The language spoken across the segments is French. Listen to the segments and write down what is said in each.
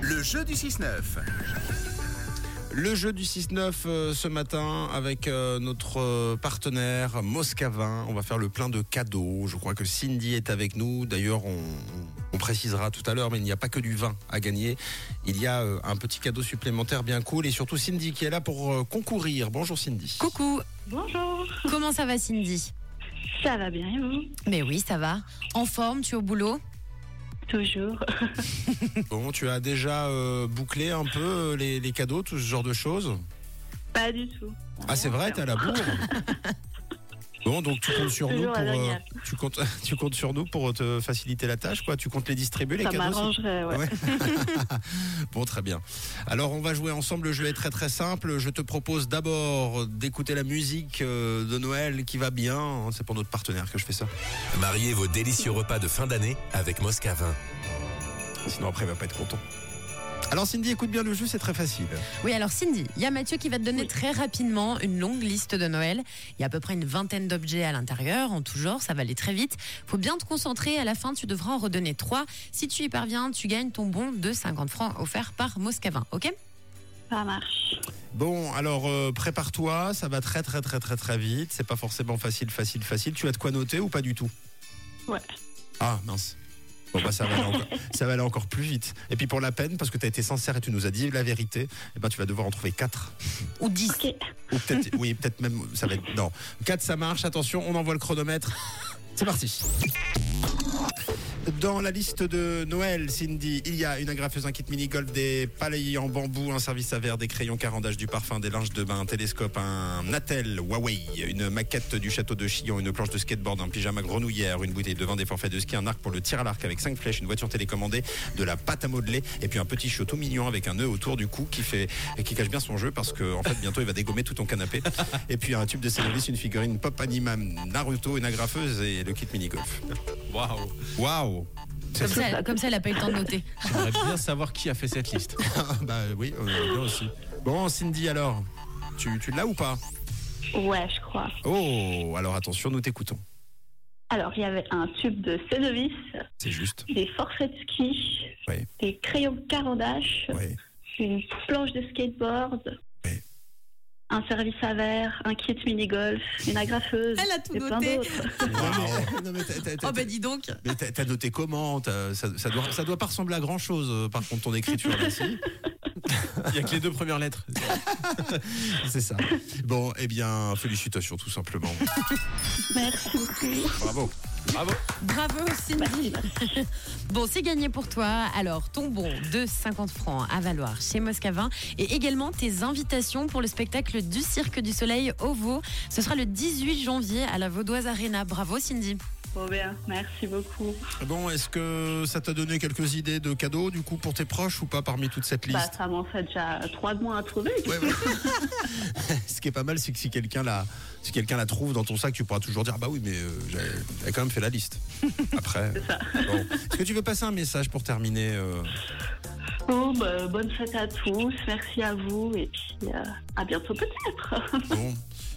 Le jeu du 6-9. Le jeu du 6-9 euh, ce matin avec euh, notre euh, partenaire Moscavin. On va faire le plein de cadeaux. Je crois que Cindy est avec nous. D'ailleurs, on, on précisera tout à l'heure, mais il n'y a pas que du vin à gagner. Il y a euh, un petit cadeau supplémentaire bien cool et surtout Cindy qui est là pour euh, concourir. Bonjour Cindy. Coucou, Bonjour, comment ça va Cindy ça va bien et vous Mais oui, ça va. En forme, tu es au boulot Toujours. Bon, tu as déjà euh, bouclé un peu euh, les, les cadeaux, tout ce genre de choses Pas du tout. Ah, c'est vrai, t'es à la bourre. Bon, donc tu comptes sur nous Toujours pour, à la euh, gare. tu comptes, tu comptes sur nous pour te faciliter la tâche, quoi. Tu comptes les distribuer les Ça cadeaux. c'est- m'arrangerait, ouais. Ouais. bon, très bien. Alors, on va jouer ensemble. Le jeu est très très simple. Je te propose d'abord d'écouter la musique euh, de Noël qui va bien. C'est pour notre partenaire que je fais ça. Mariez vos délicieux repas de fin d'année avec Moscavin. Sinon, après, il va pas être content. Alors, Cindy, écoute bien le jeu, c'est très facile. Oui, alors Cindy, il y a Mathieu qui va te donner très rapidement une longue liste de Noël. Il y a à peu près une vingtaine d'objets à l'intérieur, en tout genre, ça va aller très vite. Faut bien te concentrer, à la fin tu devras en redonner trois. Si tu y parviens, tu gagnes ton bon de 50 francs offert par Moscavin, ok Ça marche. Bon, alors, euh, prépare-toi. Ça va très très très très très vite. C'est pas forcément facile, facile, facile. Tu as de quoi noter ou pas du tout Ouais. Ah, mince. Bon, bah, ça va, aller encore, ça va aller encore plus vite. Et puis, pour la peine, parce que tu as été sincère et tu nous as dit la vérité, eh ben, tu vas devoir en trouver quatre. Ou 10. Ok, Ou peut-être, oui, peut-être même, ça va être. Non. 4, ça marche. Attention, on envoie le chronomètre. C'est parti. Dans la liste de Noël, Cindy, il y a une agrafeuse, un kit mini-golf, des palais en bambou, un service à verre, des crayons carandage, du parfum, des linges de bain, un télescope, un attel Huawei, une maquette du château de Chillon, une planche de skateboard, un pyjama grenouillère, une bouteille de vin, des forfaits de ski, un arc pour le tir à l'arc avec 5 flèches, une voiture télécommandée, de la pâte à modeler, et puis un petit chiot tout mignon avec un nœud autour du cou qui fait, qui cache bien son jeu parce que, en fait, bientôt il va dégommer tout ton canapé. Et puis un tube de céleri, une figurine pop anima, Naruto, une agrafeuse et le kit mini-golf. Waouh Waouh! Comme ça, comme ça, elle n'a pas eu le temps de noter. J'aimerais bien savoir qui a fait cette liste. Ah, bah oui, euh, bien aussi. Bon, Cindy, alors, tu, tu l'as ou pas ouais, je crois. Oh, alors attention, nous t'écoutons. Alors, il y avait un tube de C2vis, C'est juste. des forfaits de ski, Ouais. des crayons de carandage, Ouais. une planche de skateboard, Ouais. un service à verre, un kit mini-golf, une agrafeuse. Elle a tout et plein noté. d'autres. Non, mais t'as- t'as- Oh t'as- bah dis donc mais t'as- t'as noté comment T'as- ça, ça doit, ça doit pas ressembler à grand chose, par contre, ton écriture d'ici. Il y a que les deux premières lettres. C'est ça. Bon, eh bien, félicitations, tout simplement. Merci beaucoup. Bravo. Bravo. Bravo Cindy Bon, c'est gagné pour toi. Alors, ton bon de 50 francs à valoir chez Moscavin et également tes invitations pour le spectacle du Cirque du Soleil au Vaux. Ce sera le 18 janvier à la Vaudoise Arena. Bravo Cindy Bon, bien, merci beaucoup. Bon, est-ce que ça t'a donné quelques idées de cadeaux, du coup, pour tes proches ou pas parmi toute cette Bah, liste ça m'en fait déjà trois de moins à trouver. Ouais, voilà. Ce qui est pas mal, c'est que si quelqu'un la, si quelqu'un la trouve dans ton sac, tu pourras toujours dire Ah bah oui, mais euh, j'avais j'avais quand même fait la liste. Après. C'est ça. bon. Est-ce que tu veux passer un message pour terminer euh, Bon, bah, bonne fête à tous, merci à vous et puis euh, à bientôt peut-être. Bon,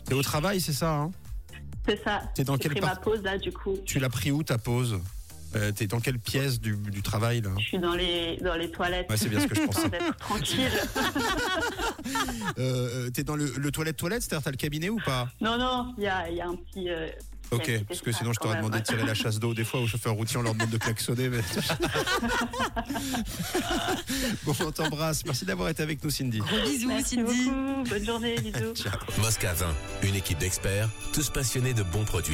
t'es au travail, c'est ça hein C'est ça. T'es dans J'ai quel pris par- ma pause là du coup. Tu l'as pris où ta pause Euh, T'es dans quelle pièce du, du travail là Je suis dans les dans les toilettes. Ouais, c'est bien ce que je pensais. Content d'être tranquille. Euh, euh, T'es dans le, le toilette toilette, c'est-à-dire t'as le cabinet ou pas Non non, il y a, il y a un petit. euh, Ok, petit parce que espace sinon je t'aurais quand demandé de même. tirer la chasse d'eau. Des fois, aux chauffeurs routiers, on leur demande de klaxonner. Mais... bon, on t'embrasse. Merci d'avoir été avec nous, Cindy. Gros bisous Merci Cindy beaucoup. Bonne journée, bisous. Moscavin, une équipe d'experts, tous passionnés de bons produits.